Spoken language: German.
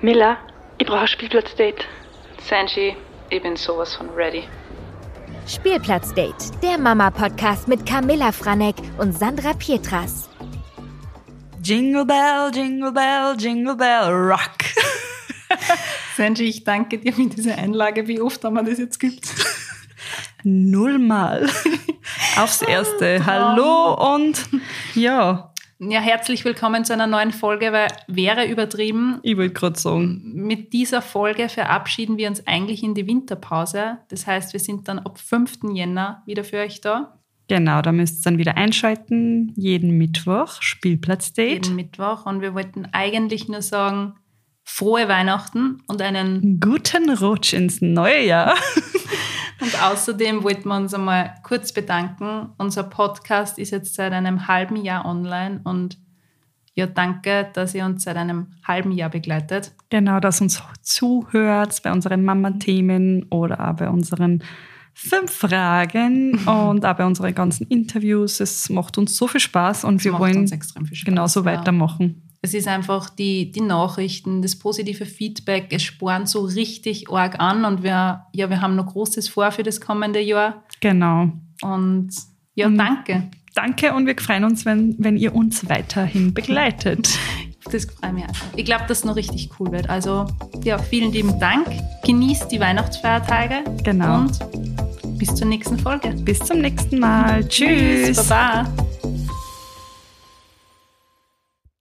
Mila, ich brauche ein Spielplatzdate. Sanji, ich bin sowas von ready. Spielplatzdate, der Mama-Podcast mit Camilla Franek und Sandra Pietras. Jingle Bell, Jingle Bell, Jingle Bell, Rock. Sanji, ich danke dir für diese Einlage. Wie oft haben wir das jetzt gibt? Nullmal. Ah, Aufs Erste. Hallo und ja, Ja, herzlich willkommen zu einer neuen Folge, weil wäre übertrieben. ich wollte gerade sagen, Mit dieser Folge verabschieden wir uns eigentlich in die Winterpause. Das heißt, wir sind dann ab 5. Jänner wieder für euch da. genau, da müsst ihr dann wieder einschalten. Jeden Mittwoch, Spielplatzdate. Jeden Mittwoch. Und wir wollten eigentlich nur sagen, frohe Weihnachten und einen. Guten Rutsch ins neue Jahr. Und außerdem wollten wir uns einmal kurz bedanken. Unser Podcast ist jetzt seit einem halben Jahr online und ja, danke, dass ihr uns seit einem halben Jahr begleitet. Genau, dass uns zuhört bei unseren Mama-Themen oder auch bei unseren fünf Fragen und auch bei unseren ganzen Interviews. Es macht uns so viel Spaß und Es wir macht wollen genau uns extrem viel Spaß, genauso ja. weitermachen. Es ist einfach die, die Nachrichten, das positive Feedback, es spornt so richtig arg an und wir, ja, wir haben noch Großes vor für das kommende Jahr. Genau. Und ja, Mhm. danke. Danke und wir freuen uns, wenn, wenn ihr uns weiterhin begleitet. Das freut mich auch. schon. Ich glaube, dass es noch richtig cool wird. Also ja, vielen lieben Dank. Genießt die Weihnachtsfeiertage. Genau. Und bis zur nächsten Folge. Bis zum nächsten Mal. Tschüss. Baba.